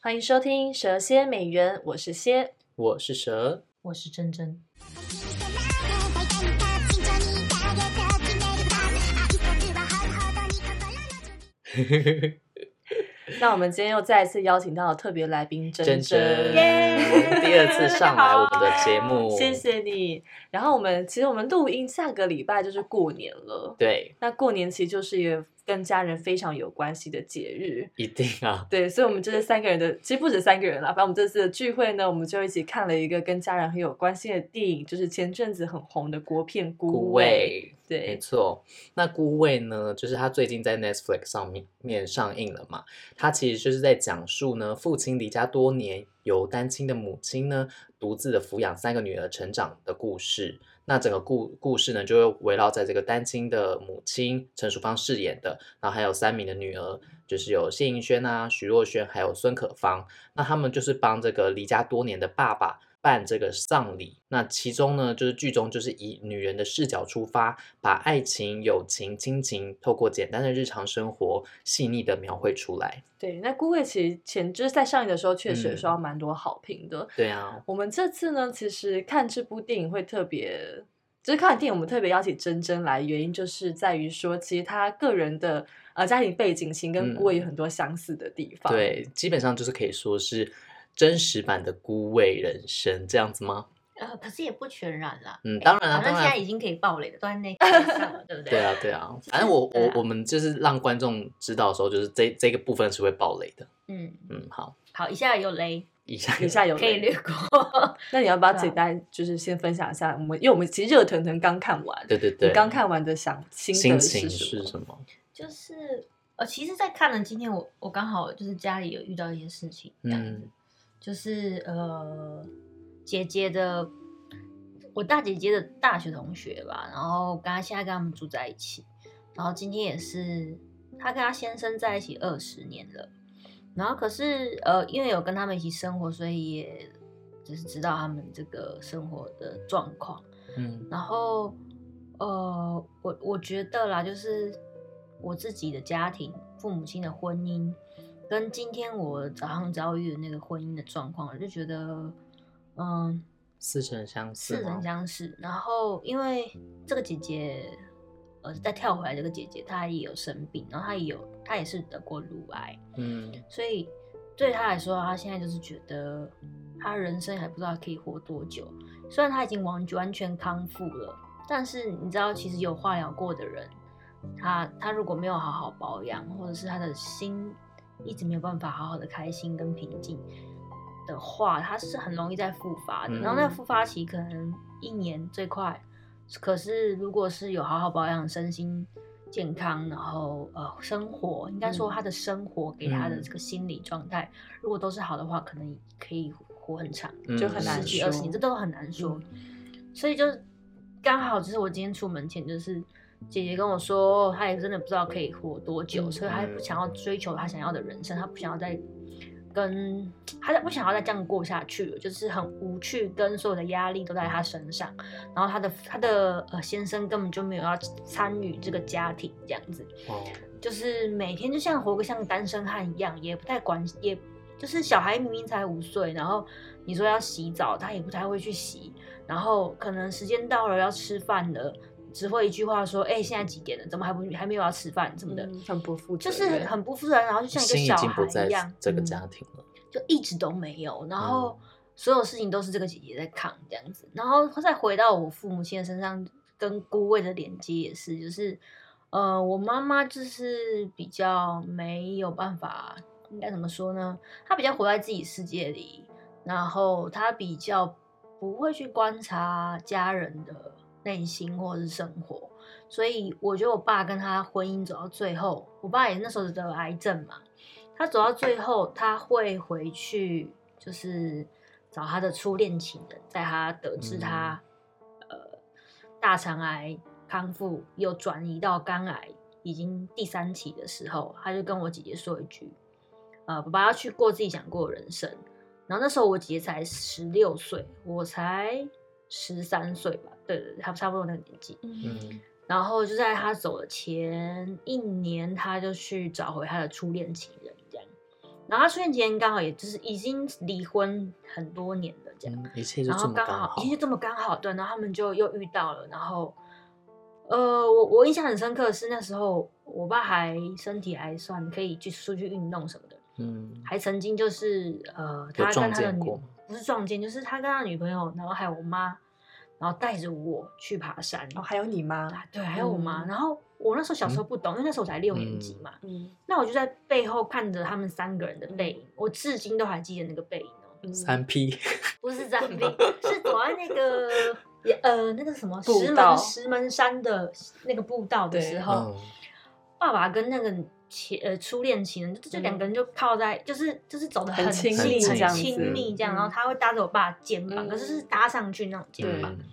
欢迎收听《蛇蝎美人》，我是蝎，我是蛇， 我是珍珍。那我们今天又再一次邀请到特别来宾珍珍珍珍，第二 次上来我们的节目，谢。谢你。然后我们其实我们录音下个礼拜就是过年了，对，那过年其实就是一个跟家人非常有关系的节日。一定啊，对，所以，我们这次三个人的，其实不止三个人啦，反正我们这次的聚会呢，我们就一起看了一个跟家人很有关系的电影，就是前阵子很红的国片《孤孤味》。味。没对，错，那孤味呢，就是它最近在 Netflix 上面面上映了嘛。它其实就是在讲述呢，父亲离家多年，由单亲的母亲呢，独自的抚养三个女儿成长的故事。那整个故故事呢，就会围绕在这个单亲的母亲陈淑芳饰演的，然后还有三名的女儿，就是有谢盈萱啊、徐若瑄，还有孙可芳。那他们就是帮这个离家多年的爸爸办这个丧礼。那其中呢，就是剧中就是以女人的视角出发，把爱情、友情、亲情，透过简单的日常生活，细腻的描绘出来。对，那《孤味》其实前就是在上映的时候，确嗯实也收到蛮多好评的。对啊，我们这次呢，其实看这部电影会特别，就是看完电影我们特别邀请珍珍来，原因就是在于说，其实她个人的呃家庭背景其实跟《孤味》有很多相似的地方。嗯对，基本上就是可以说是真实版的孤味人生这样子吗？呃，可是也不全然啦。嗯诶当然啦反正当现然在已经可以爆雷的，都在那个上了，对不对？对啊，对啊，反正我对我啊我们就是让观众知道的时候，就是这这个部分是会爆雷的。嗯，嗯，好，好，以下有雷，以下以下有可以雷略过。那你要不要对啊简单就是先分享一下我们，因为我们其实热腾腾刚看完，对对对，你刚看完的想心心得情什是么？什么？就是呃，其实，在看了今天我我刚好就是家里有遇到一些事情，这样子，嗯就是呃，姐姐的我大姐姐的大学同学吧，然后跟她现在跟他们住在一起，然后今天也是她跟她先生在一起二十年了，然后可是呃，因为有跟他们一起生活，所以也就是知道他们这个生活的状况。嗯然后，呃，我我觉得啦，就是我自己的家庭、父母亲的婚姻，跟今天我早上遭遇的那个婚姻的状况，我就觉得，嗯，似曾相识似吗，曾相识。然后，因为这个姐姐，呃，再跳回来，这个姐姐她也有生病，然后她也有，她也是得过乳癌，嗯所以对他来说，他现在就是觉得他人生还不知道可以活多久。虽然他已经完完全康复了，但是你知道，其实有化疗过的人，他他如果没有好好保养，或者是他的心一直没有办法好好的开心跟平静的话，他是很容易再复发的。嗯然后那个复发期可能一年最快，可是如果是有好好保养身心健康，然后呃生活，应该说他的生活给他的嗯这个心理状态，如果都是好的话，可能可以活很长，嗯，就很难十几说嗯二十年，这都很难说。所以就是刚好，就是我今天出门前，就是姐姐跟我说，她也真的不知道可以活多久，所以她不嗯想要追求她想要的人生，她不想要再跟，她不想要再这样过下去了，就是很无趣，跟所有的压力都在她身上。然后她的她的呃先生根本就没有要参与这个家庭这样子，哦，就是每天就像活个像单身汉一样，也不太管，也就是小孩明明才五岁，然后你说要洗澡，他也不太会去洗，然后可能时间到了要吃饭了，只会一句话说：“哎、现在几点了？怎么还不还没有要吃饭？”什么的，嗯很不负责就任，是很很不负责任，然后就像一个心已小经孩不在一样，这个嗯家庭了。就一直都没有，然后所有事情都是这个姐姐在扛这样子，然后再回到我父母亲的身上，跟姑位的连接也是，就是呃，我妈妈就是比较没有办法，应该怎么说呢？她比较活在自己世界里，然后她比较不会去观察家人的内心或者是生活，所以我觉得我爸跟他婚姻走到最后，我爸也那时候得癌症嘛，他走到最后，他会回去，就是找他的初恋情人，在他得知他、呃大肠癌康复，又转移到肝癌，已经第三期的时候，他就跟我姐姐说一句：“呃，爸爸要去过自己想过的人生。”然后那时候我姐姐才十六岁，我才十三岁吧，对对，对差不差不多那个年纪。嗯然后就在他走的前一年，他就去找回他的初恋情人，这样。然后他出院期间刚好也就是已经离婚很多年了这样，嗯，一切就然这后么刚刚好也就这么刚好，对，然后他们就又遇到了，然后，呃，我我印象很深刻的是那时候我爸还身体还算可以去出去运动什么的，嗯，还曾经就是呃，有他撞跟他的见女过吗不是撞见，就是他跟他女朋友，然后还有我妈，然后带着我去爬山，哦，还有你妈，啊对，还有我妈，嗯然后我那时候小时嗯候不懂，因为那时候我才六年级嘛，嗯那我就在背后看着他们三个人的背影，我至今都还记得那个背影哦。嗯，三 P，不是站兵， 是走在那个也呃那个什么步石道门石门山的那个步道的对时候，嗯，爸爸跟那个前呃初恋情人，就就嗯两个人就靠在，就是就是走的很亲亲密这很样子亲密这嗯样，然后他会搭着我爸的肩膀，嗯可是是搭上去那种肩膀，嗯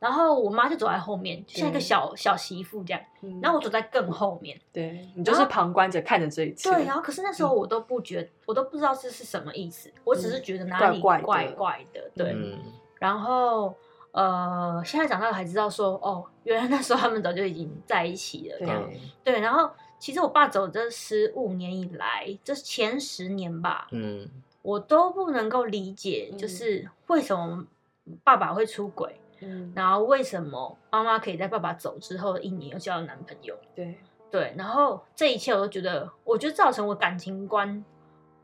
然后我妈就走在后面，就像一个小小媳妇这样，嗯然后我走在更后面，对你就是旁观者看着这一切，对，然后可是那嗯时候我都不觉，我都不知道这是什么意思，我只是觉得哪里怪怪的怪怪的，对，嗯，然后呃，现在长大了才知道说，哦，原来那时候他们早就已经在一起了。对这嗯样啊对，然后其实我爸走这十五年以来，这前十年吧，嗯，我都不能够理解，就嗯是为什么爸爸会出轨，嗯，然后为什么妈妈可以在爸爸走之后的一年又交到男朋友。对，对，然后这一切我都觉得，我觉得造成我感情观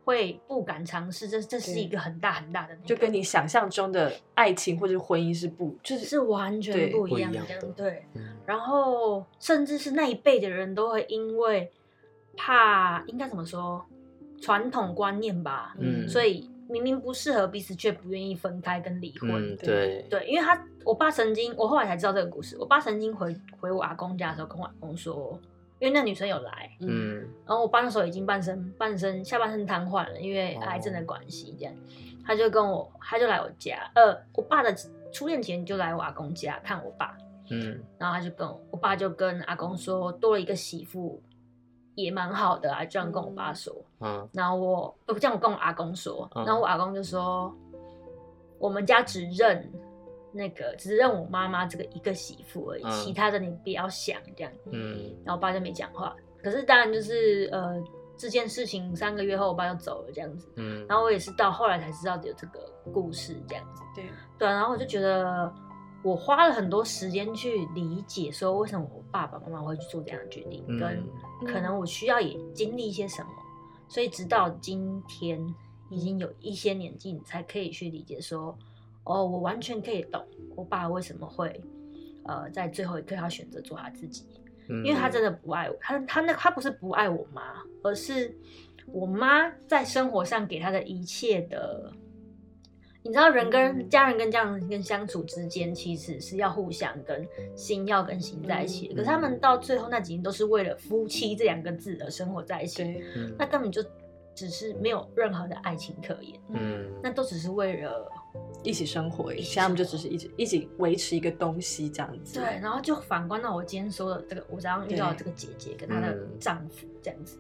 会不敢尝试，这这是对一个很大很大的那个、就跟你想象中的爱情或者婚姻是不，就是是完对全不不一一样的样的对。嗯然后甚至是那一辈的人都会因为怕应该怎么说传统观念吧，嗯所以明明不适合彼此，却不愿意分开跟离婚。嗯，对对，对，因为他我爸曾经，我后来才知道这个故事。我爸曾经回回我阿公家的时候，跟我阿公说，因为那女生有来，嗯嗯然后我爸那时候已经半身半身下半身瘫痪了，因为癌哦症的关系，这样，他就跟我他就来我家，呃，我爸的初恋前就来我阿公家看我爸，嗯然后他就跟我我爸就跟阿公说，多了一个媳妇也蛮好的啊，这样跟我爸说。嗯然后我我这样我跟我阿公说，嗯然后我阿公就说，我们家只认那个只认我妈妈这个一个媳妇而已，嗯其他的你不要想这样。嗯然后我爸就没讲话。可是当然就是呃这件事情三个月后，我爸就走了这样子。嗯，然后我也是到后来才知道有这个故事这样子。对，对啊，然后我就觉得我花了很多时间去理解，说为什么我爸爸妈妈会去做这样的决定，嗯跟可能我需要也经历一些什么，所以直到今天已经有一些年纪，你才可以去理解说，哦，我完全可以懂我爸为什么会。呃，在最后一刻，他选择做他自己，嗯，因为他真的不爱我。他他那他不是不爱我妈，而是我妈在生活上给他的一切的，你知道，人跟嗯家人跟家人跟相处之间，其实是要互相跟心要跟心在一起的。嗯可是他们到最后那几年都是为了夫妻这两个字而生活在一起，对，嗯那根本就只是没有任何的爱情可言，嗯那都只是为了一起生活，一起其实他们就生只是一直一起维持一个东西这样子，对，然后就反观到我今天说的这个，我早上遇到的这个姐姐跟她的嗯丈夫这样子、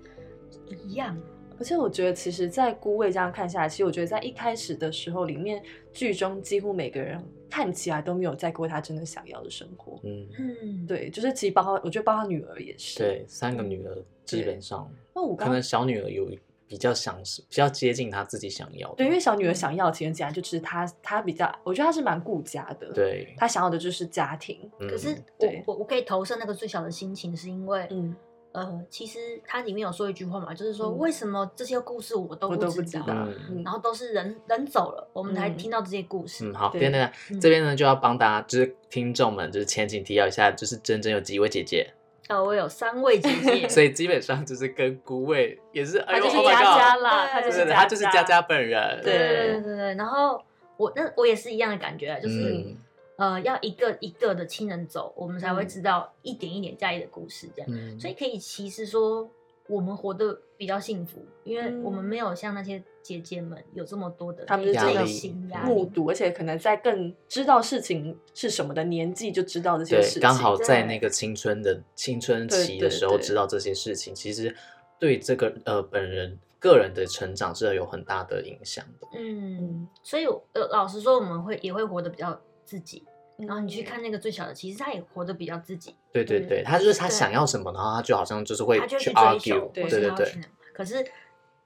一样。而且我觉得，其实，在《孤味》这样看下来，其实我觉得在一开始的时候，里面剧中几乎每个人看起来都没有在过他真的想要的生活。嗯嗯，对，就是其实包括我觉得包括他女儿也是。，对，三个女儿基本上那我可刚能小女儿有比较想是比较接近她自己想要的，对，因为小女儿想要的，其实简单就是她，她比较，我觉得她是蛮顾家的。，对，她想要的就是家庭。嗯可是我对我我可以投射那个最小的心情，是因为、嗯，呃，其实它里面有说一句话嘛，就是说、嗯为什么这些故事我都我都不不知知道，道嗯嗯然后都是人人走了，我们才嗯听到这些故事。嗯，好，对对对嗯这边呢就要帮大家，就是听众们，就是前情提要一下，就是真正有几位姐姐，呃，我有三位姐 姐，所以基本上就是跟姑位也是，哎她呦就是 oh my 佳 god，佳啦，对她就对是佳对对，佳，她就是佳佳本人，对对对对对对对。然后我那我也是一样的感觉啊，就是、嗯呃，要一个一个的亲人走，我们才会嗯知道一点一点家里的故事这样。嗯，所以可以其实说我们活得比较幸福，因为我嗯们没有像那些姐姐们有这么多的她们就真的内心压目力。嗯睹，而且可能在更知道事情是什么的年纪就知道这些对事情。刚好在对那个青春的青春期对的对时候对知道这些事情，其实对这个呃本人个人的成长是有很大的影响的，嗯，嗯，所以我呃，老实说，我们会也会活得比较自己。然然后你嗯去看那个最小的，其实他也活得比较自己，对对嗯对，她就是她对想要什么，然后她就好像就是会他就去去追 argue，求，对对或是对他要去对那。可是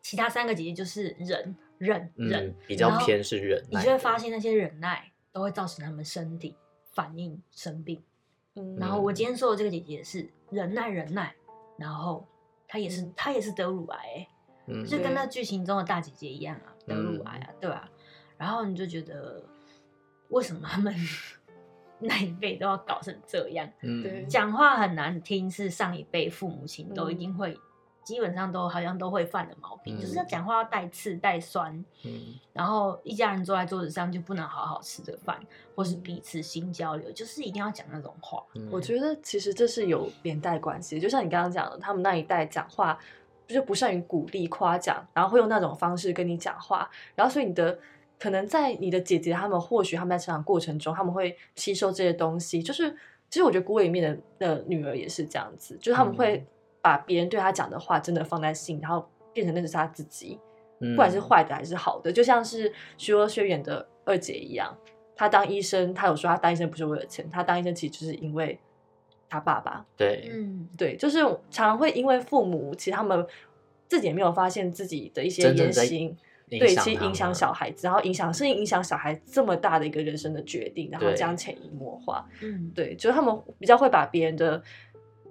其他三个姐姐就是忍忍忍，嗯，比较然后偏是忍你耐就会的，发现那些忍耐都会造成他们身体反应生病。嗯然后我今天说的这个姐姐也是忍耐忍耐，然后她也是嗯她也是得乳癌、欸，嗯就跟对嗯那剧情中的大姐姐一样啊，得乳癌啊，对吧、然后你就觉得为什么他们 那一辈都要搞成这样？嗯对讲话很难听，是上一辈父母亲都一嗯定会，基本上都好像都会犯的毛病，就是嗯要讲话要带刺带酸，嗯然后一家人坐在桌子上就不能好好吃着饭，或是嗯彼此心交流，就是一定要讲那种话。嗯我觉得其实这是有连带关系的，就像你刚刚讲的，他们那一代讲话就不善于鼓励、夸奖，然后会用那种方式跟你讲话，然后所以你的可能在你的姐姐她们，或许她们在成长过程中，她们会吸收这些东西。就是其实我觉得姑里面的的女儿也是这样子，就是他们会嗯把别人对她讲的话真的放在心，然后变成那是她自己。不不管嗯是坏的还是好的，就像是徐若瑄演的二姐一样，她当医生，她有说她当医生不是为了钱，她当医生其实就是因为她爸爸。对，嗯，对，就是常常会因为父母，其实他们自己也没有发现自己的一些真正言在行，对，他其实影们响小孩子，然后影响甚至影响小孩这么大的一个人生的决定，然后对这样潜移默化。嗯，对，就是他们比较会把别人的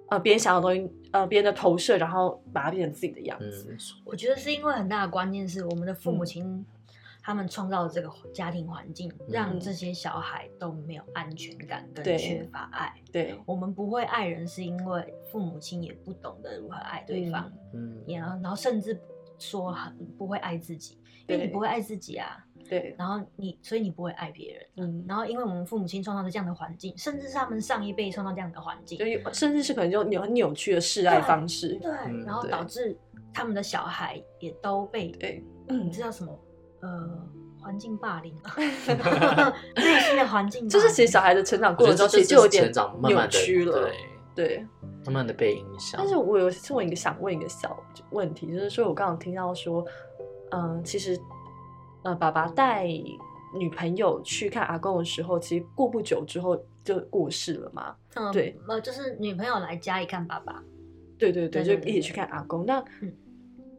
呃别人想要的东西，呃别人的投射，然后把它变成自己的样子。嗯我觉得是因为很大的关键是我们的父嗯母亲、他们创造的这个家庭环境，让这些小孩都没有安全感跟嗯对缺乏嗯爱。对，我们不会爱人，是因为父母亲也不懂得如何爱对方，嗯也然后甚至说很不会爱自己，因为对你不会爱自己啊，对，然后你所以你不会爱别人。啊嗯，然后，因为我们父母亲创造的这样的环境，甚至是他们上一辈创造这样的环境，就有甚至是可能就扭很扭曲的示爱方式。对，啊嗯然后对导致他们的小孩也都被对，你嗯，知道什么？呃，环境霸 凌， 内心的环境霸凌，就是其实小孩的成长我过觉程中，得这其实这就有是点成长慢扭慢的曲了。对，对，慢慢的被影响。但是我有是问一个想问一个小问题，就是说我刚刚听到说，嗯、其实呃，爸爸带女朋友去看阿公的时候，其实过不久之后就过世了嘛。嗯对，呃，就是女朋友来家里看爸爸，对对对，对对就一起去看阿公。那、嗯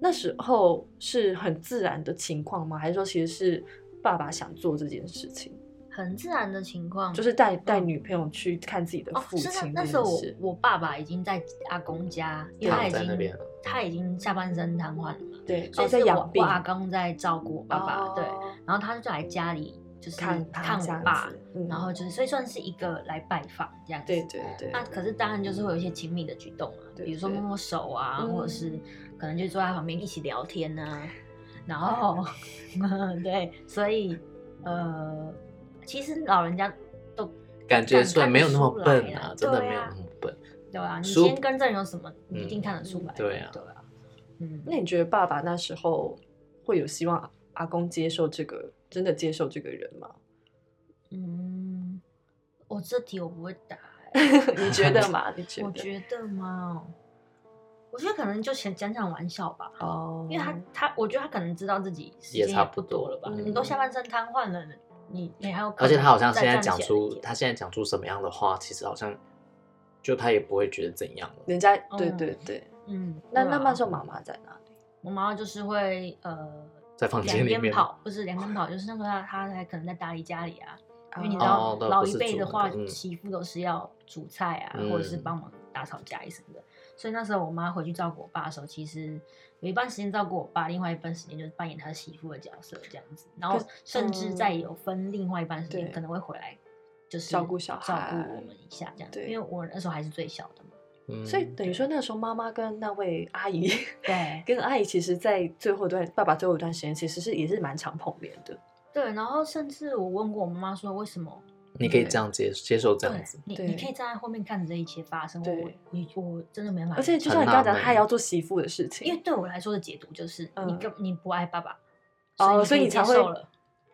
那时候是很自然的情况吗？还是说其实是爸爸想做这件事情，很自然的情况，就是带带女朋友去看自己的嗯哦，父是那亲那这时候件我事？我爸爸已经在阿公家，因为对他已在那经边了他已经下半身瘫痪了嘛，对，所以哦，在是我养病我，阿公在照顾我爸爸，对，哦然后他就来家里就是看他看这样我爸子，嗯然后就是所以算是一个来拜访这样子，对对对，那可是当然就是会有一些亲密的举动啊，对比如说摸摸手啊，对嗯或者是可能就坐在旁边一起聊天 啊，然后 对，所以呃，其实老人家都感觉出来没有那么看得笨出来啊啊，真的没对有啊那么笨。对啊，你书先跟这人有什么，你一定嗯看得出来，对啊对啊，嗯，那你觉得爸爸那时候会有希望阿公接受这个，真的接受这个人吗？ 嗯，我这题我不会 答、欸你觉得吗？你觉欸，我得？觉得嘛，哦我觉得可能就想讲讲玩笑吧，哦，因为他他，我觉得他可能知道自己时也间差也不不多多了吧？嗯你都下半身瘫痪了，你你还有可能而且他好像现在再站讲起来一出点他现在讲出什么样的话，其实好像就他也不会觉得怎样了。人家嗯对对对，嗯，那对那啊那时候妈妈在哪里？我妈妈就是会呃，在房间两里边面跑，不是两边跑，就是那时候她她还可能在打理家里啊，因为你知哦道对老不一是辈煮的那话个，嗯媳妇都是要煮菜啊，或者是嗯帮忙打扫家里什么的。所以那时候我妈回去照顾我爸的时候，其实有一半时间照顾我爸，另外一半时间就是扮演他媳妇的角色这样子。然后可是甚至再嗯有分另外一半时间对可能会回来，就是照顾小照顾孩我们一下这样子。对因为我那时候还是最小的嘛，嗯哦所以等于说那时候妈妈跟那位阿姨， 对跟阿姨其实，在最后一段爸爸最后一段时间，其实是也是蛮常碰面的。 对。然后甚至我问过我妈妈说，为什么你可以这样接接受这样子，你对你可以站在后面看着这一切发生，我对你我真的没办法理解，而且就像你刚刚讲，她也要做媳妇的事因为情，对我来说的解读就是，你嗯跟你不爱爸爸，哦，所以以你你可以才接会受了。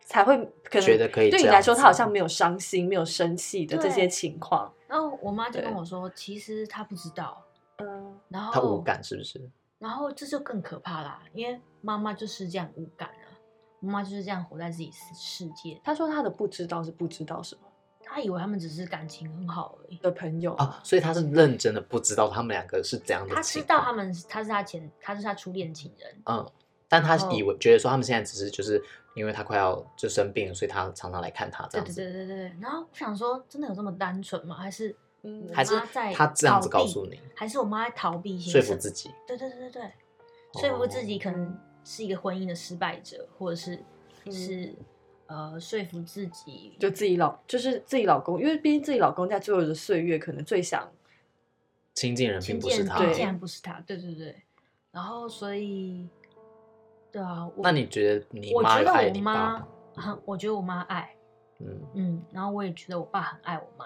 才会可能觉得可以对你这来样说，子他好像没有伤心、没有生气的这对些情况。然后我妈就跟对我说，其实她不知道，嗯，然后他无感是不是？然后这就更可怕啦，因为妈妈就是这样无感啊，妈妈就是这样活在自己世世界，他说他的不知道是不知道什么她以为他们只是感情很好而已，的朋友哦啊，所以他是认真的不知道他们两个是怎样的她情知道况。他们是她是她前她是她初恋情人，嗯，但他哦以为、觉得说他们现在只是就是因为他快要就生病，所以他常常来看他这对样对子。对对对。然后我想说，真的有这么单纯吗？还是嗯我还是妈在他这样子逃避告诉你，还是我妈在逃避一些说什服么自己。对对对对对，说服哦自己可能是一个婚姻的失败者，或者是嗯是呃说服自己，就自己老就是自己老公，因为毕竟自己老公在最后的岁月可能最想亲近人并亲不是见他。对竟然不是他，对对对。然后所以，对啊，我那你觉得你我妈觉有得爱我你爸妈吗？很，我觉得我妈爱，嗯，嗯，然后我也觉得我爸很爱我妈，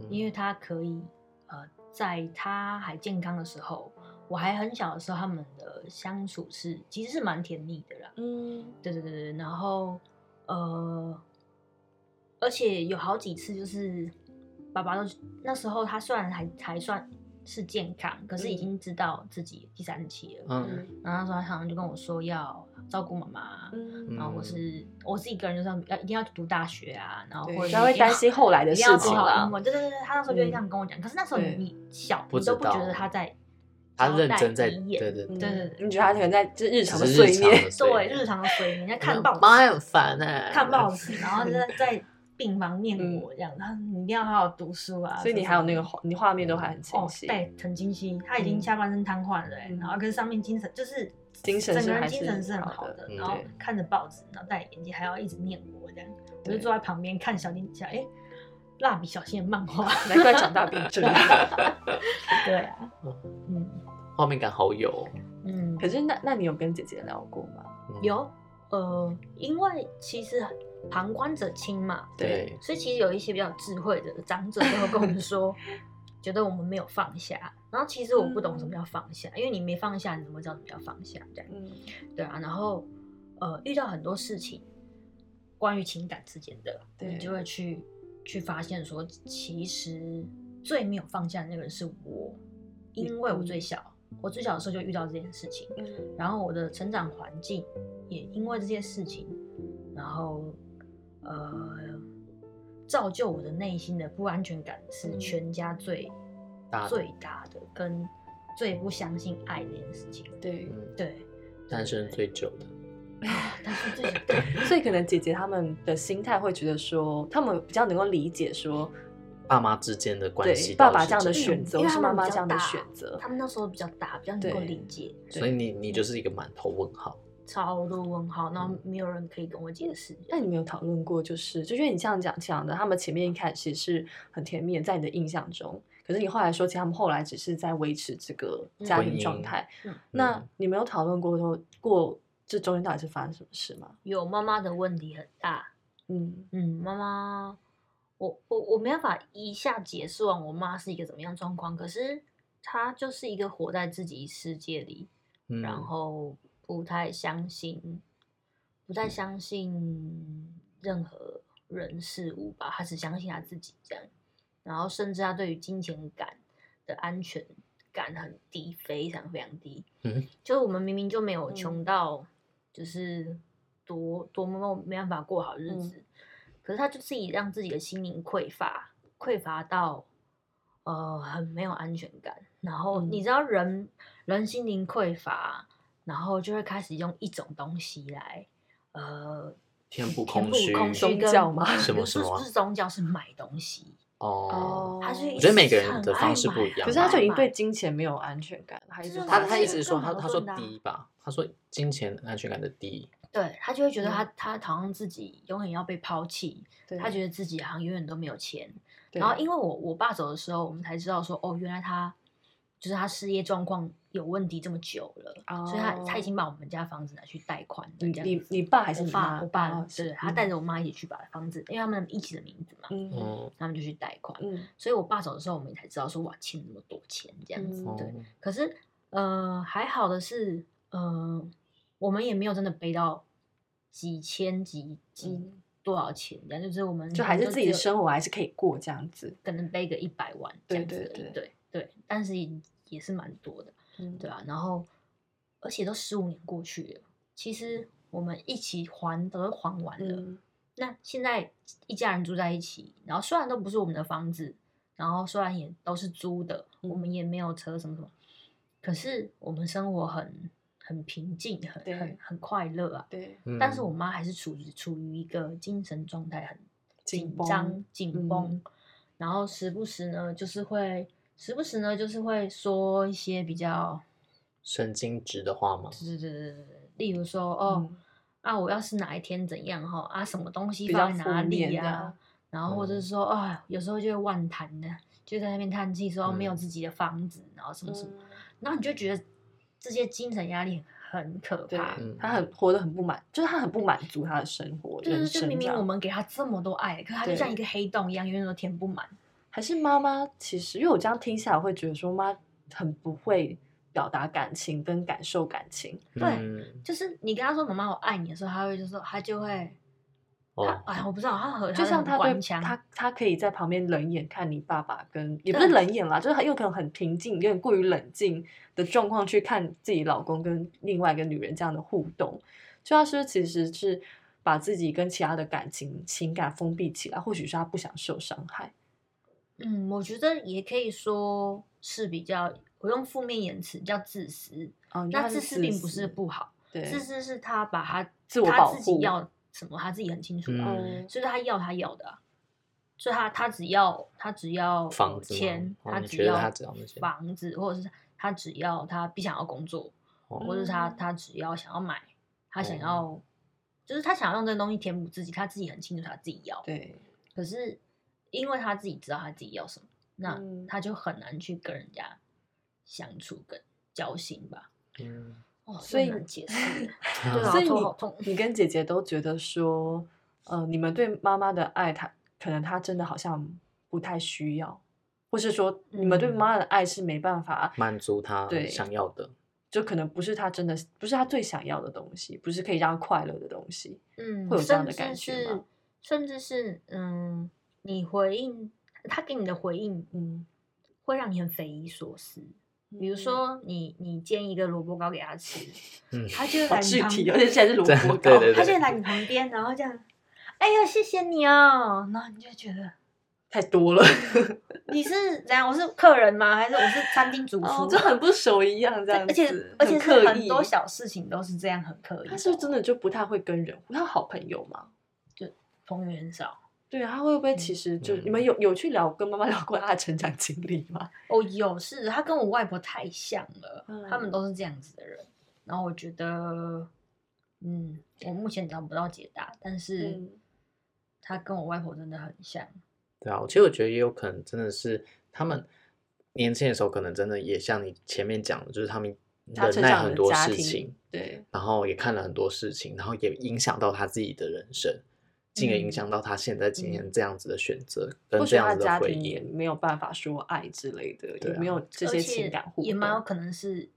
嗯因为他可以呃，在他还健康的时候，我还很小的时候，他们的相处是其实是蛮甜蜜的啦。嗯对对对对，然后呃，而且有好几次就是爸爸都那时候他虽然还还算是健康，可是已嗯经知道自己第三期了。嗯然后那时候他常常就跟我说要照顾妈妈，嗯然后我是我自己一个人就是要要一定要读大学啊，然后对或者他会一定要担心后来的一定要事情考啦英文对对对，对他那时候就会这嗯样跟我讲。可是那时候你对你小，不你都知不觉道得他在他交认代真在你嗯演对对对对对对你觉得他可能在就是日只常的是碎日常念，的碎对念日常的水平，你在看嗯报纸，妈很烦哎，看报纸，然后在在病房念呃嗯我这样，然后你一定要好好读书啊。所以你还有那个画，你画面都还很哦清晰，，对，很清晰，他已经嗯下半身瘫痪了欸，嗯然后跟上面精神就是精神整是个人还精是神是很好好的的，嗯然后对看着报纸，然后戴眼镜，还要一直念我这样，我就对坐在旁边看小林小哎。蜡笔小新的漫画， 难怪长大变这样。 对啊，嗯画面感好有哦。嗯，可是那那你有跟姐姐聊过吗？嗯有，呃，因为其实旁观者清嘛，对，所以其实有一些比较智慧的长者都会跟我们说，觉得我们没有放下。然后其实我不懂什么叫放下，因为你没放下，你怎么知道什么叫放下？这样嗯，对啊。然后呃，遇到很多事情，关于情感之间的，对你就会去去发现说，其实最没有放下的那个人是我，因为我最小，我最小的时候就遇到这件事情。嗯然后我的成长环境也因为这些事情，然后呃，造就我的内心的不安全感是嗯全家最、大的最大的，跟最不相信爱这件事情。对，嗯对，单身最久的，但是最 对嗯所以可能姐姐她们的心态会觉得说，她们比较能够理解说，爸妈之间的关系对到爸爸这底是样的怎选择，因或为是他妈们妈比这较样的大选择，他们那时候比较大，比较能够对理解，所以你你就是一个满头问号。超多问号，然后没有人可以跟我解释。那你们有讨论过，就是就因为你这样讲讲的，他们前面一开始是很甜蜜的，在你的印象中，可是你后来说，其实他们后来只是在维持这个家婚庭状姻态。嗯那嗯你们有讨论过说过这中间到底是发生什么事吗？有妈妈的问题很大，嗯嗯，妈妈，我我我没办法一下解释完我妈是一个怎么样状况，可是她就是一个活在自己世界里，嗯，然后不太相信，不太相信任何人事物吧，她只相信她自己这样，然后甚至她对于金钱感的安全感很低，非常非常低。嗯，就是我们明明就没有嗯穷到，就是多多么没办法过好日嗯子，可是他就自己让自己的心灵匮乏，匮乏到呃很没有安全感。然后嗯你知道人、人心灵匮乏，然后就会开始用一种东西来呃填 补填空虚空虚宗跟教吗什么不是什么啊不是宗教是买东西，哦，哦他是我觉得每个人的方式不一样啊可是他就已经对买金钱没有安全感，还是这说种他东他西一直说更他矛他说盾的啊低吧，他说金钱安全感的低，对他就会觉得嗯他、他好像自己永远要被抛弃，他觉得得自己好像永远都没有钱。然后因为我我爸走的时候，我们才知道说，哦，原来他就是他事业状况有问题这么久了，所以他他已经把我们家房子拿去贷款了。哦你这样你子你爸还是我你爸妈？我爸、哦对，是他带着我妈一起去把房子，因为他们一起的名字嘛，嗯嗯嗯他们就去贷款。嗯所以我爸走的时候，我们才知道说哇，欠那么多钱这样子。嗯对，哦可是呃，还好的是，呃，我们也没有真的背到几千几几嗯，多少钱，这样嗯就是我们就还是自己只的有生活还是可以过这样子，可能背个一百万这对样子而对对已，对对但是也也是蛮多的，嗯对啊。然后，而且都十五年过去了，其实我们一起还都还完了。嗯那现在一家人住在一起，然后虽然都不是我们的房子，然后虽然也都是租的，嗯我们也没有车什么什么，可是我们生活很很平静，很对很很快乐啊。对，嗯但是我妈还是处于处于一个精神状态很紧紧绷张、紧绷，嗯然后时不时呢就是会，时不时呢就是会说一些比较，神经质的话吗？对对对对对对，例如说哦、嗯啊，我要是哪一天怎样哈啊，什么东西比较放在哪负里面呀、的然后或者嗯是说啊、有时候就会妄谈的，就在那边叹气说、哦没有嗯自己的房子，然后什么什么，嗯然后你就觉得这些精神压力很可对怕。嗯，他很活得很不满，就是他很不满足他的生活。对对人对，就生明明这我样们给他这么多爱，可他就对像一个黑洞一样，永远都填不满。还是妈妈，其实因为我这样听下来，我会觉得说妈很不会表达感情跟感受感情。对嗯就是你跟他说“妈妈，我爱你”的时候，他会就说，他就会，他哦，哎，我不知道，他和就像他对官腔，他，他可以在旁边冷眼看你爸爸跟，也不是对冷眼啦，就是很有可能很平静，有点过于冷静的状况去看自己老公跟另外一个女人这样的互动，所以他是不是其实是把自己跟其他的感情情感封闭起来，或许是他不想受伤害。嗯，我觉得也可以说是比较，我用负面言辞叫自私。啊、你觉得那他自私并不是不好，对，自私是他把他自我他保自己护要什么，他自己很清楚啊，嗯所以他要他要的啊，所以他他只要他只要房子吗钱，哦你只觉得要他只要那些房子，或者是他只要他必想要工作，哦或者是他嗯他只要想要买，他想哦要、就是他想要用这个东西填补自己，他自己很清楚他自己要，对，可是因为他自己知道他自己要什么，那嗯他就很难去跟人家相处跟交心吧。嗯哦，所以真的很难解 释耶，对所啊，以头你好痛。你跟姐姐都觉得说，呃，你们对妈妈的爱，她可能她真的好像不太需要，或是说你们对嗯妈妈的爱是没办法， 满足他对想要的，就可能不是她真的不是她最想要的东西，不是可以让她快乐的东西。嗯，会有这样甚的至感觉是吗甚至是嗯，你回应他给你的回应嗯，会让你很匪夷所思。比如嗯说你，你煎一个萝卜糕给他吃，嗯 他就会好来你具旁体，而且哦现在是萝 对卜糕，对对他就会来你旁边，然后这样，哎呀，谢谢你哦，然后你就觉得太多 了，你是怎样？我是客人吗？还是我是餐厅主厨？哦就很不熟一样这样而子，且而且是刻很意。多小事情都是这样很刻意。哦他是不是真的就不太会跟人，他好朋友吗？朋友很少？对啊，他会不会其嗯实就、你嗯们有有去聊跟妈妈聊过他的成长经历吗？哦，有是他跟我外婆太像了，嗯他们都是这样子的人。然后我觉得，嗯，我目前找不到解答，但是嗯他跟我外婆真的很像。对啊，其实我觉得也有可能真的是他们年轻的时候，可能真的也像你前面讲的，就是他们他忍成耐长很的多家事庭情，对，然后也看了很多事情，然后也影响到他自己的人生，进而影嗯响到他现在今天这样子的选择或跟许这他样的子的家回庭也忆。没有办法说爱之类的，对也啊没有这而些且情感互动，也蛮有可能是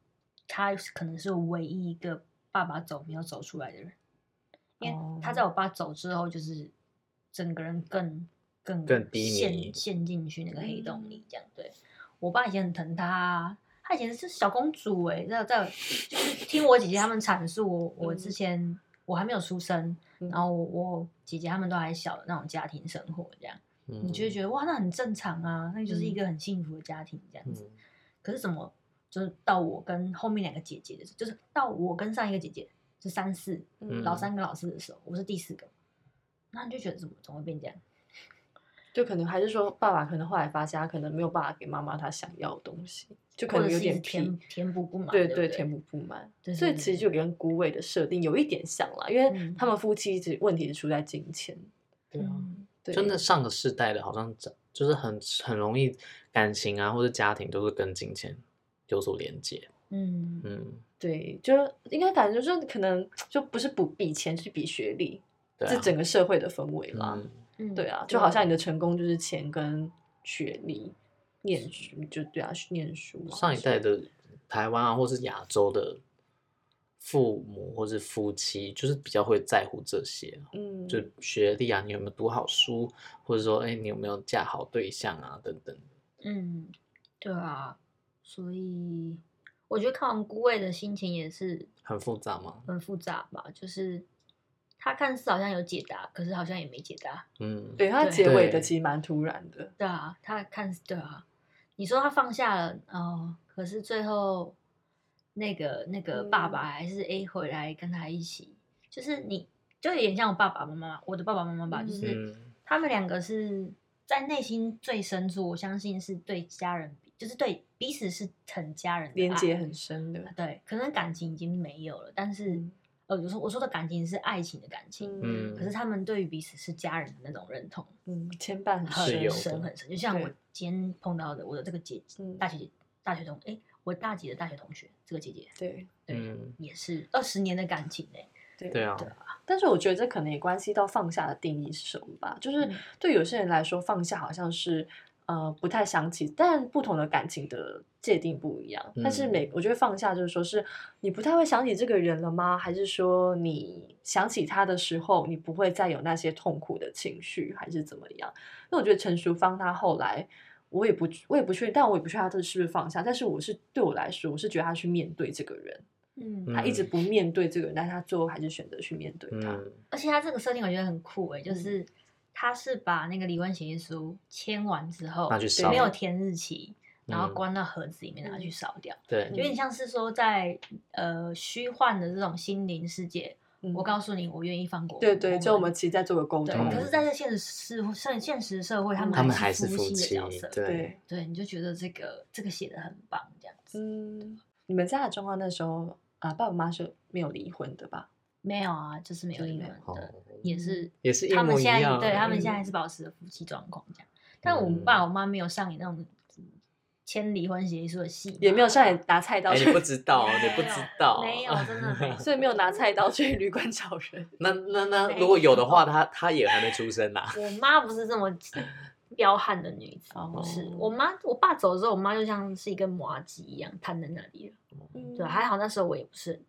他可能是唯一一个爸爸走没有走出来的人，因哦为他在我爸走之后，就是整个人更更更低迷陷陷进去那个黑洞嗯里，这样、对。我爸以前很疼他啊，他以前是小公主哎、在在就是听我姐姐他们阐述我我之嗯前我还没有出生，嗯然后我我姐姐他们都还小的那种家庭生活这样，嗯你就会觉得哇那很正常啊，那就是一个很幸福的家庭这样子。嗯可是怎么就是到我跟后面两个姐姐的时候，就是到我跟上一个姐姐，就三四、嗯老三跟老四的时候，我是第四个，那你就觉得怎么怎么会变这样？就可能还是说爸爸可能后来发现他可能没有办法给妈妈他想要的东西，就可或者能有是一直点填偏。填补不满，对对不填补不满，对对所以对其实就跟孤味的设定有一点像啦，因为嗯他们夫妻其实问题是出在金钱，对啊，嗯对，真的上个世代的，好像长就是很很容易感情啊或者家庭都是跟金钱有所连接。嗯，嗯，对，就是应该感觉就是可能就不是不比钱，是比学历，对这啊，整个社会的氛围啦。嗯嗯对啊，就好像你的成功就是钱跟学历、念书，就对啊，念书嘛。上一代的台湾啊，或是亚洲的父母或是夫妻，就是比较会在乎这些啊，嗯，就学历啊，你有没有读好书，或者说，哎，你有没有嫁好对象啊，等等。嗯，对啊，所以我觉得看完孤味的心情也是很复杂吗？很复杂吧，就是他看似好像有解答，可是好像也没解答，嗯，对它对结尾的对其实蛮突然的，对啊，他看对啊，你说他放下了，哦，可是最后那个那个爸爸嗯还是 A 回来跟他一起，就是你就有点像我爸爸妈妈，我的爸爸妈妈吧，嗯就是嗯他们两个是在内心最深处，我相信是对家人，就是对彼此是很家人的连爱接很深的，对，可能感情已经没有了，但是、嗯呃，我说我说的感情是爱情的感情，嗯可是他们对于彼此是家人的那种认同嗯，牵绊很是深有很的深很深，就像我对今天碰到的我的这个姐姐嗯，大学姐大学同哎、我大姐的大学同学，这个姐姐对对嗯，也是二十年的感情哎、对对啊，但是我觉得这可能也关系到放下的定义是什么吧。就是嗯对有些人来说，放下好像是呃不太想起，但不同的感情的界定不一样。但是嗯每我觉得放下就是说是你不太会想起这个人了吗？还是说你想起他的时候，你不会再有那些痛苦的情绪，还是怎么样？那我觉得陈淑芳她后来。我也不，我也不确定，但我也不确定她这是不是放下。但是我是对我来说，我是觉得她去面对这个人，嗯她一直嗯不面对这个人，但是她最后还是选择去面对他。嗯而且他这个设定我觉得很酷哎、嗯就是他是把那个离婚协议书签完之后拿去烧没有填日期，然后嗯关到盒子里面拿去烧掉。对嗯有点像是说在呃虚幻的这种心灵世界，嗯我告诉你，我愿意放过。对对，就我们其实在做个沟对，通。嗯可是在这现实社现现实社会，他他们们还是夫夫妻妻的角色，，对，对，对，你就觉得这个这个写的很棒，这样子。嗯，你们家的状况那时候啊，爸爸妈妈是没有离婚的吧？没有啊，就是没有离婚哦的，也是也是一他们模一现在样，啊对他们嗯现在还是保持夫妻状况这样。但我爸我妈没有上演那种签离婚协议书的戏嘛，也没有像你拿菜刀哎，去，你不知道，没你不有知道，没有真的没 有所以没有拿菜刀去 旅馆找人。那那那，没如果有的有话，他他也还没出生啊呐。我妈不是这么彪悍的女子，不是。哦我妈我爸走的时候，我妈就像是一根麻鸡一样瘫在那里了。嗯对，还好那时候我也不是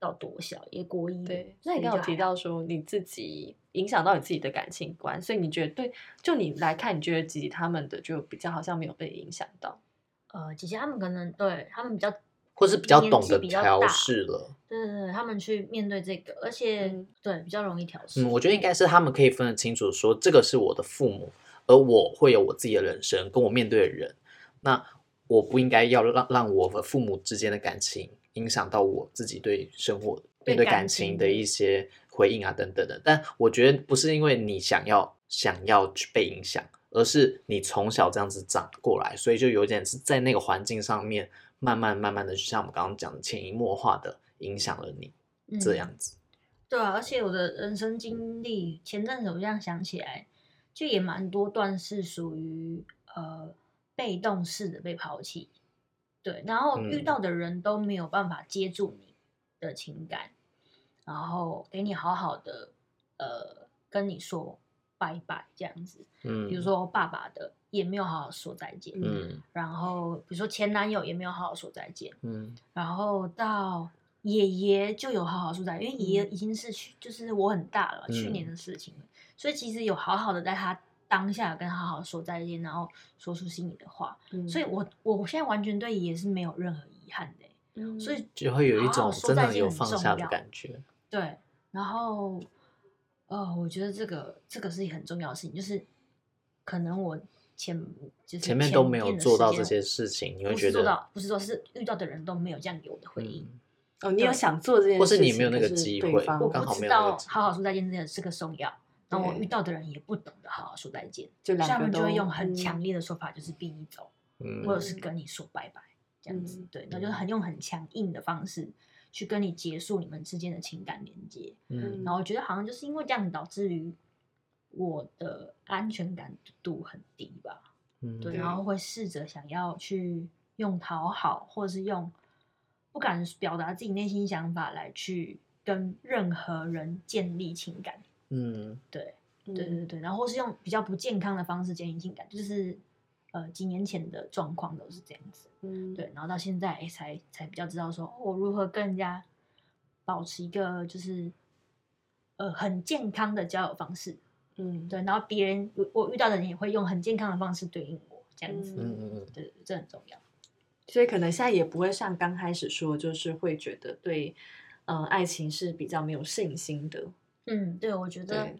到多小，也国一。对。所那以你刚刚有就提还好，到说你自己影响到你自己的感情观，所以你觉得对，就你来看，你觉得吉吉他们的就比较好像没有被影响到。呃，姐姐他们可能对他们比较，或是比较年懂纪得比较调大试了。对对对，他们去面对这个，而且、嗯对比较容易调试。嗯，我觉得应该是他们可以分得清楚，说这个是我的父母，而我会有我自己的人生，跟我面对的人。那我不应该要让让我和父母之间的感情影响到我自己对生活、对面对感感情情的一些回应啊等等的。但我觉得不是因为你想要想要去被影响，而是你从小这样子长过来，所以就有点是在那个环境上面，慢慢慢慢的，就像我们刚刚讲的，潜移默化的影响了你嗯这样子。对啊，而且我的人生经历，前阵子我这样想起来，就也蛮多段是属于呃被动式的被抛弃，对，然后遇嗯到的人都没有办法接住你的情感，然后给你好好的呃跟你说拜拜这样子，嗯，比如，说爸爸的也没有好好说再见，嗯然后比如说前男友也没有好好说再见，嗯。然后到爷爷就有好好说在，因为爷爷已经是去，就是我很大了，嗯去年的事情了，所以其实有好好的在他当下跟他好好说再见，然后说出心里的话，嗯所以我我现在完全对爷爷是没有任何遗憾的欸、以所以就会有一好好种说真再的见有很放重下的要感觉。对，然后呃，我觉得这个这个是很重要的事情，就是可能我前就是前面都没有面的做时到间这些事情，你会不觉是做得，到，不是说是遇到的人都没有这样给我的回应。嗯，哦，你有想做这件事情，或是你没有那可个是机对会方我刚不好没知有那个道机好好说再见这是个松药，然后我对遇到的人也不懂得好好说再见，就所以两他个们就都会用很嗯强烈的说法，就是逼你走，嗯或者是跟你说拜拜这样子嗯，对，那就很用很强硬的方式去跟你结束你们之间的情感连接。嗯然后我觉得好像就是因为这样，导致于我的安全感度很低吧。嗯对，对然后会试着想要去用讨好，或者是用不敢表达自己内心想法来去跟任何人建立情感。嗯对，嗯对对对，然后或是用比较不健康的方式建立情感，就是呃几年前的状况都是这样子。嗯对，然后到现在哎才才比较知道说，哦我如何更加保持一个就是呃很健康的交友方式。嗯对，然后别人我我遇到的人也会用很健康的方式对应我，这样子。嗯嗯嗯，对，这很重要。所以可能现在也不会像刚开始说，就是会觉得对，嗯、爱情是比较没有信心的。嗯，对，我觉得对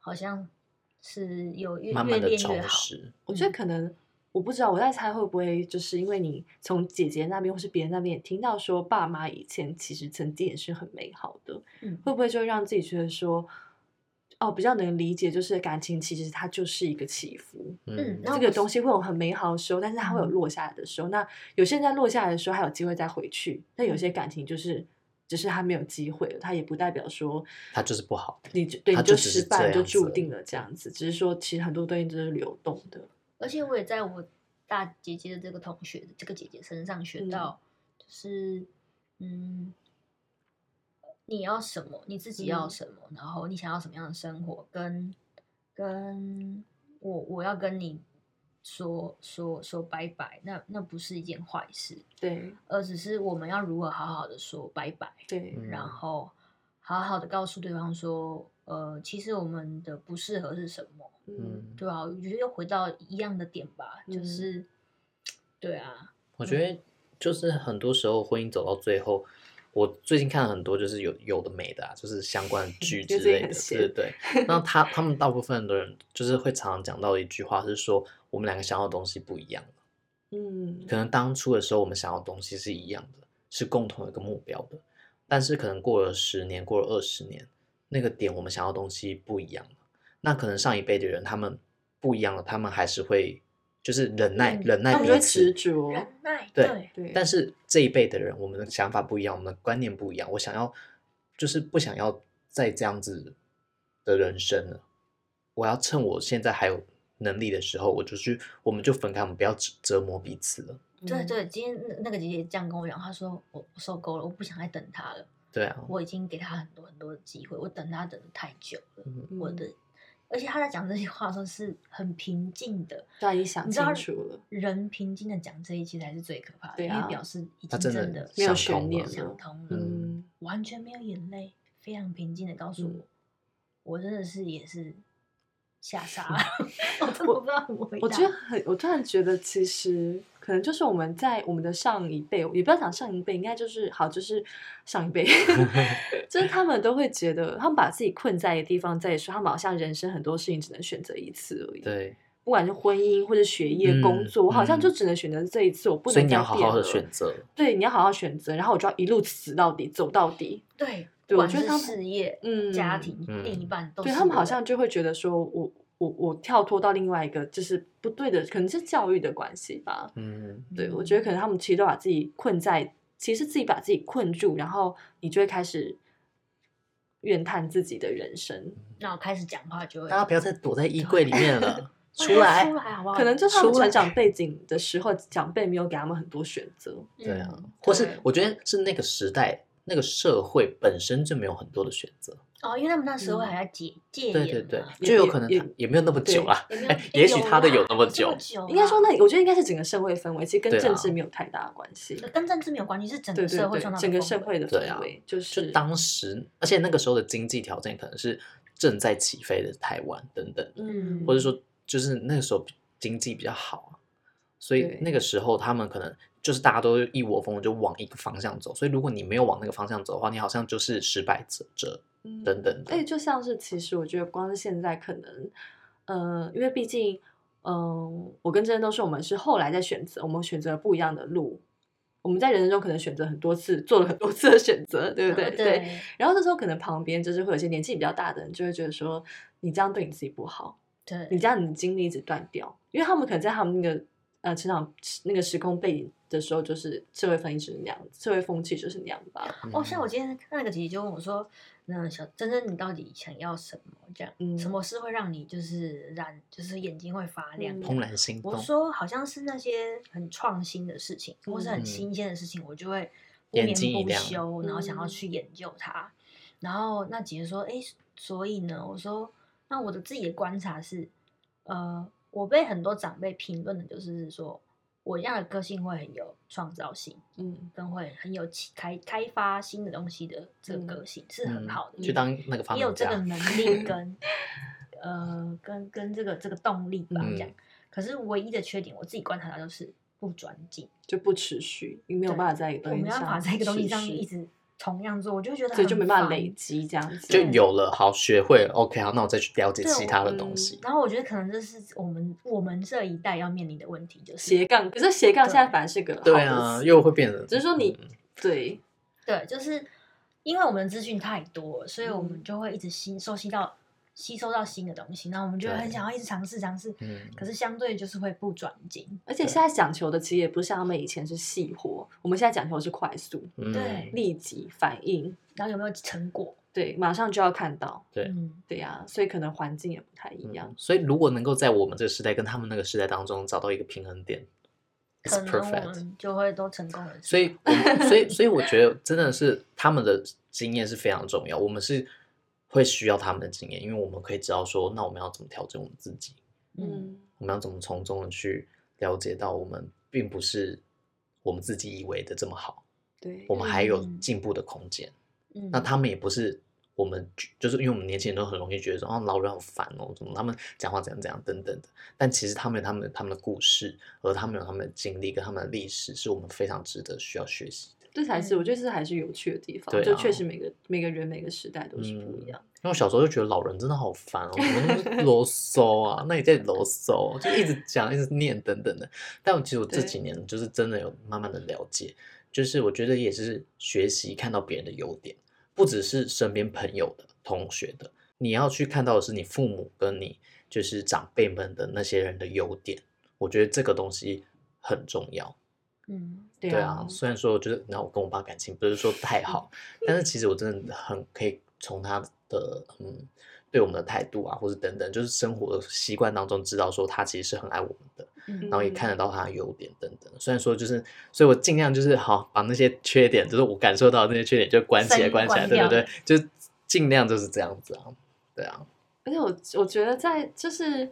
好像是有越慢越慢的练越充好。实，我觉得可能我不知道我在猜会不会就是因为你从姐姐那边或是别人那边也听到说爸妈以前其实曾经也是很美好的，嗯会不会就让自己觉得说，哦，比较能理解，就是感情其实它就是一个起伏，嗯，然这后个我东西会有很美好的时候，但是它会有嗯落下来的时候。那有些人在落下来的时候还有机会再回去，但有些感情就是只是他没有机会了，他也不代表说它就是不好。你就对它你就只是失败，这你就样子注而已定了这样子。只是说，其实很多东西都是流动的。而且我也在我大姐姐的这个同学，这个姐姐身上学嗯到，就是嗯，你要什么，你自己要嗯什么，然后你想要什么样的生活，跟跟我我要跟你说说说拜拜，那那不是一件坏事，对而只是我们要如何好好的说拜拜，对，嗯然后好好的告诉对方说，呃，其实我们的不适合是什么。嗯嗯，对啊，我觉得又回到一样的点吧，就嗯是，对啊，我觉得就是很多时候婚姻走到最后，我最近看了很多就是有有的没的啊，就是相关 的剧觉得之自己类的，很闲对对对。那他他们大部分的人就是会常常讲到一句话，是说我们两个想要的东西不一样。嗯可能当初的时候我们想要的东西是一样的，是共同有一个目标的，但是可能过了十年，过了二十年，那个点我们想要的东西不一样了。那可能上一辈的人他们不一样了，他们还是会就是忍耐、嗯忍耐他们彼就会执，此着，耐嗯对对，对，但是这一辈的人，我们的想法不一样，我们的观念不一样，我想要就是不想要再这样子的人生了。我要趁我现在还有能力的时候，我就去，我们就分开，我们不要折折磨彼此了。对嗯对，今天那那个姐姐这样跟我讲，她说我我受够了，我不想再等她了，对啊，我已经给她很多很多的机会，我等她等的太久了，嗯我嗯的，而且她在讲这些话的时候是很平静的，让你想你知道清楚了，人平静的讲这一切才是最可怕的，对因啊为表示已他经真真的的没有想通悬念了了想通了，嗯嗯完全没有眼泪，非常平静的告诉我，嗯我真的是也是吓傻 了，我真的不知道怎么回答。我觉得很，我突然觉得其实可能就是我们在我们的上一辈，也不要讲上一辈，应该就是好，就是上 一辈，就是他们都会觉得，他们把自己困在一个地方，在说他们好像人生很多事情只能选择一次而已。，对，不管是婚姻或者学业、嗯工作，我好像嗯就只能选择这一次，我不能所以你再要好变好的了选。择。对，你要好好选择，然后我就要一路死到底，走到底。对，对不我管觉得是他们事业、嗯，家庭、嗯另一半，都对是他们我好的像就会觉得说我我我跳脱到另外一个就是不对的，可能是教育的关系吧。嗯，对，我觉得可能他们其实都把自己困在，其实自己把自己困住，然后你就会开始怨叹自己的人生，那我开始讲话就会大家不要再躲在衣柜里面 了，哎出来出。来好不好？嗯可能就是他们出来成长背景的时候，长辈没有给他们很多选择。对啊嗯，或是对我觉得是那个时代、那个社会本身就没有很多的选择。哦，因为他们那时候嗯还在戒戒对严对对嘛，也就有也可能也他也没有那么久啦。也没有哎，也许他的有那么久久，，应该说哦那那，我觉得应该是整个社会氛围，其实对跟啊政治没有太大的关系。跟政治没有关系，是整对个对社会对创造，的整个氛社围会的对氛啊围就是就当时，而且那个时候的经济条件可能是正在起飞的台湾等等，嗯，或者说就是那个时候经济比较好啊，所以对那个时候他们可能就是大家都一窝蜂地就往一个方向走，所以如果你没有往那个方向走的话，你好像就是失败者者嗯等等的。哎，就像是其实我觉得光是现在可能，呃，因为毕竟，嗯、我跟真真都是我们是后来在选择，我们选择了不一样的路。我们在人生中可能选择很多次，做了很多次的选择，对不对？嗯对，然后这时候可能旁边就是会有一些年纪比较大的人，就会觉得说你这样对你自己不好，对，你这样你的精力一直断掉，因为他们可能在他们那个呃成长那个时空背景的时候，就是社会氛围就是那样，社会风气就是那样吧。嗯哦，像我今天看那个姐姐就问我说：“那小珍珍，你到底想要什么？这样，嗯什么事会让你就是燃，就是眼睛会发亮嗯？”怦然心我动，说好像是那些很创新的事情，或是嗯很新鲜的事情，我就会不眼眠睛一不亮休，然后想要嗯去研究它。然后那姐姐说：“哎，所以呢？”我说：“那我的自己的观察是，呃，我被很多长辈评论的就是说，我这样的个性会很有创造性。”嗯，跟会很有启开开发新的东西的这个个性、是很嗯好的，去当那个发也有明这个家。能力 跟呃跟跟这个这个动力吧，嗯这样。可是唯一的缺点，我自己观察到就是不专精，就不持续，你没有对办法在一个我东西没上，办法在一个东西上一一直直同样做，我就会觉得啊所以就很没办法烦累积这样子。就对有了，好学会了，OK，好，那我再去了解对其我他的嗯东西。然后我觉得可能这是我们我们这一代要面临的问题，就是斜杠，可是斜杠对现在反而是个好对的啊，词又会变得，只是说你嗯对对，就是因为我们的资讯太多了，所以我们嗯就会一直吸收吸到吸收到新的东西，然后我们就会对很想要一直尝试尝试，嗯可是相对就是会不转精。而且对现在讲求的其实也不像他们以前是细活，我们现在讲求的是快速、嗯对立即反应，然后有没有成果？对，马上就要看到，对嗯，对呀、所以可能环境也不太一样嗯。所以如果能够在我们这个时代跟他们那个时代当中找到一个平衡点可，it's 能我 perfect。们就会都成功了。所以我，所以，所以我觉得真的是他们的经验是非常重要。我们是会需要他们的经验，因为我们可以知道说，那我们要怎么调整我们自己，嗯，嗯，我们要怎么从中的去了解到我们并不是我们自己以为的这么好，对我，们还有嗯进步的空间。嗯那他们也不是我们，就是因为我们年轻人都很容易觉得说，啊，老人很烦哦，怎么他们讲话怎样怎样等等的。但其实他们有他们他们的故事，而他们有他们的经历跟他们的历史，是我们非常值得需要学习的。这才是嗯我觉得这还是有趣的地方。对啊就确实每个每个人每个时代都是不嗯一样。因为我小时候就觉得老人真的好烦哦，怎么那么啰嗦啊？那你在啰嗦，哦就一直讲、一直念等等的。但我其实我这对几年就是真的有慢慢的了解，就是我觉得也是学习看到别人的优点，不只是身边朋友的、同学的，你要去看到的是你父母跟你就是长辈们的那些人的优点。我觉得这个东西很重要。嗯，对对啊啊，，虽然说我觉得，然后我跟我爸感情不是说太好，但是其实我真的很可以从他的嗯对我们的态度啊，或是等等，就是生活的习惯当中知道说他其实是很爱我们的，嗯然后也看得到他的优点等等。虽然说就是，所以我尽量就是好把那些缺点，就是我感受到的那些缺点就关起来，删关起来，关对掉对对，就尽量就是这样子啊，对啊，而且我我觉得在就是，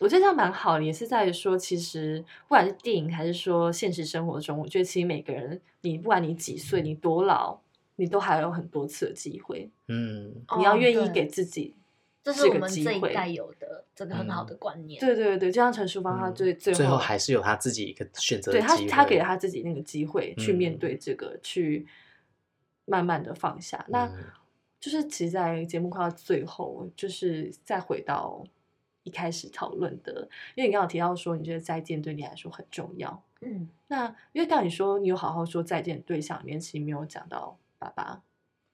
我觉得这样蛮好的，也是在于说，其实不管是电影还是说现实生活中，我觉得其实每个人，你不管你几岁，你多老，你都还有很多次的机会。嗯，你要哦愿意对给自己，这这是我个们机这一会嗯代有的这个很好的观念。对对对，就像陈淑芳，她啊嗯最最最后后还是有他自己一个选择的对机他，会，他给了他自己那个机会去面嗯对这个，去慢慢的放下。那嗯就是其实，在节目快到最后，就是再回到一开始讨论的，因为你刚刚有提到说，你觉得再见对你来说很重要。嗯，那因为刚才你说你有好好说再见的对象里面，其实没有讲到爸爸，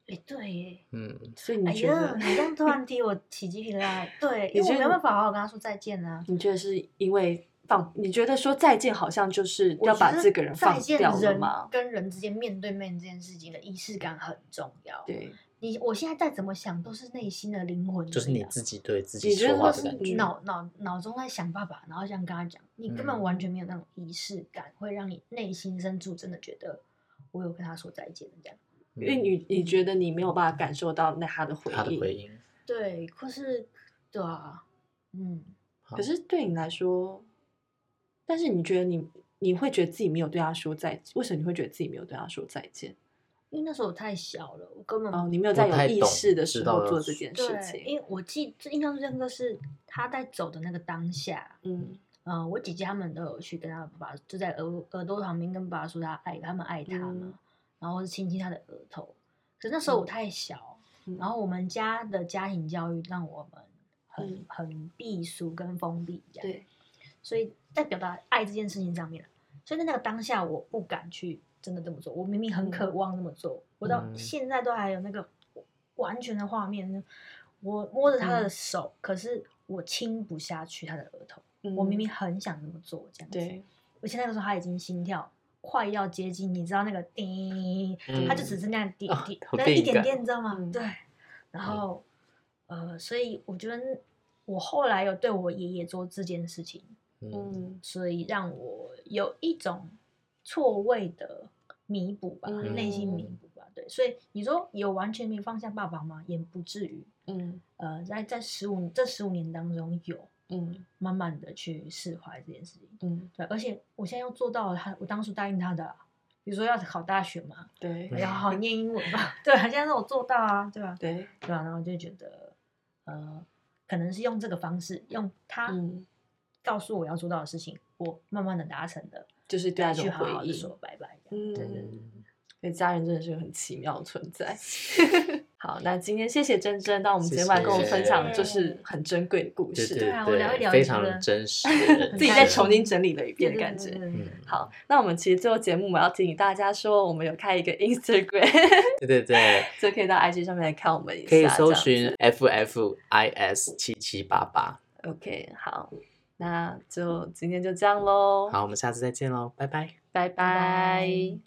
哎、对耶，嗯，所以你哎觉呀，得、你这样突然提我起鸡皮疙瘩，对，你因为我觉没得有办法好好跟他说再见啊。你觉得是因为放，你觉得说再见好像就是我要觉把得这个人放再见掉了人吗？跟人之间面对面这件事情的仪式感很重要。对，你我现在再怎么想，都是内心的灵魂而已啊，就是你自己对自己你觉说得话或这的是感觉是，脑脑脑中在想爸爸，然后这样跟他讲，你根本嗯完全没有那种仪式感，会让你内心深处真的觉得我有跟他说再见这样。因为嗯你你觉得你没有办法感受到那他的回他的应，回应。对，可是对啊，嗯，啊可是对你来说，但是你觉得你你会觉得自己没有对他说再见，为什么你会觉得自己没有对他说再见？因为那时候我太小了，我根本哦，你没有不在太有意懂识的知时道候要做这说件事嗯对，情。因为我记最印象最深刻是他在走的那个当下，嗯呃，我姐姐他们都有去跟他爸爸就在耳耳朵旁边跟爸爸说他爱他们爱他嘛，嗯然后是亲亲他的额头。可是那时候我嗯太小，嗯然后我们家的家庭教育让我们很、嗯很避俗跟封闭这样，对，所以在表达爱这件事情上面，所以在那个当下，我不敢去真的这么做。我明明很嗯渴望这么做，我到嗯现在都还有那个完全的画面，我摸着他嗯的手，可是我亲不下去他的额头。我明嗯明很想这么做，这样子。对，而且那个时候他已经心跳快要接近，你知道那个滴，嗯他就只是那样滴啊滴，好那电一影点感点，你知道吗？嗯对。然后，呃，所以我觉得我后来有对我爷爷做这件事情，嗯嗯所以让我有一种错位的弥补吧，嗯内心弥补吧。对，所以你说有完全没放下爸爸吗？也不至于。嗯呃，在在十五这十五年当中，有嗯慢慢的去释怀这件事情。嗯，对，而且我现在又做到了他，我当初答应他的啊、比如说要考大学嘛，对嗯要好好念英文嘛， 对，现在都有做到啊，对吧、对，对啊，然后就觉得，呃，可能是用这个方式，用他嗯，告诉我要做到的事情，我慢慢的达成的，就是对他一去种好好回的应说。拜拜。这样嗯对对对，嗯所以家人真的是个很奇妙的存 在。好，那今天谢谢珍珍到我们节目来跟我们分享，就是很珍贵的故对事，，对啊我聊一对，聊非也觉得常真实 自己再重新整理了一遍的感觉。嗯，好，那我们其实最后节目我们要提醒大家说，我们有开一个 Instagram， 对对对，就可以到 IG 上面来看我们一下。可以搜啊这样寻 F F I S 七七八八。 OK，好，那就今天就这样喽，好，我们下次再见喽，拜拜。拜拜拜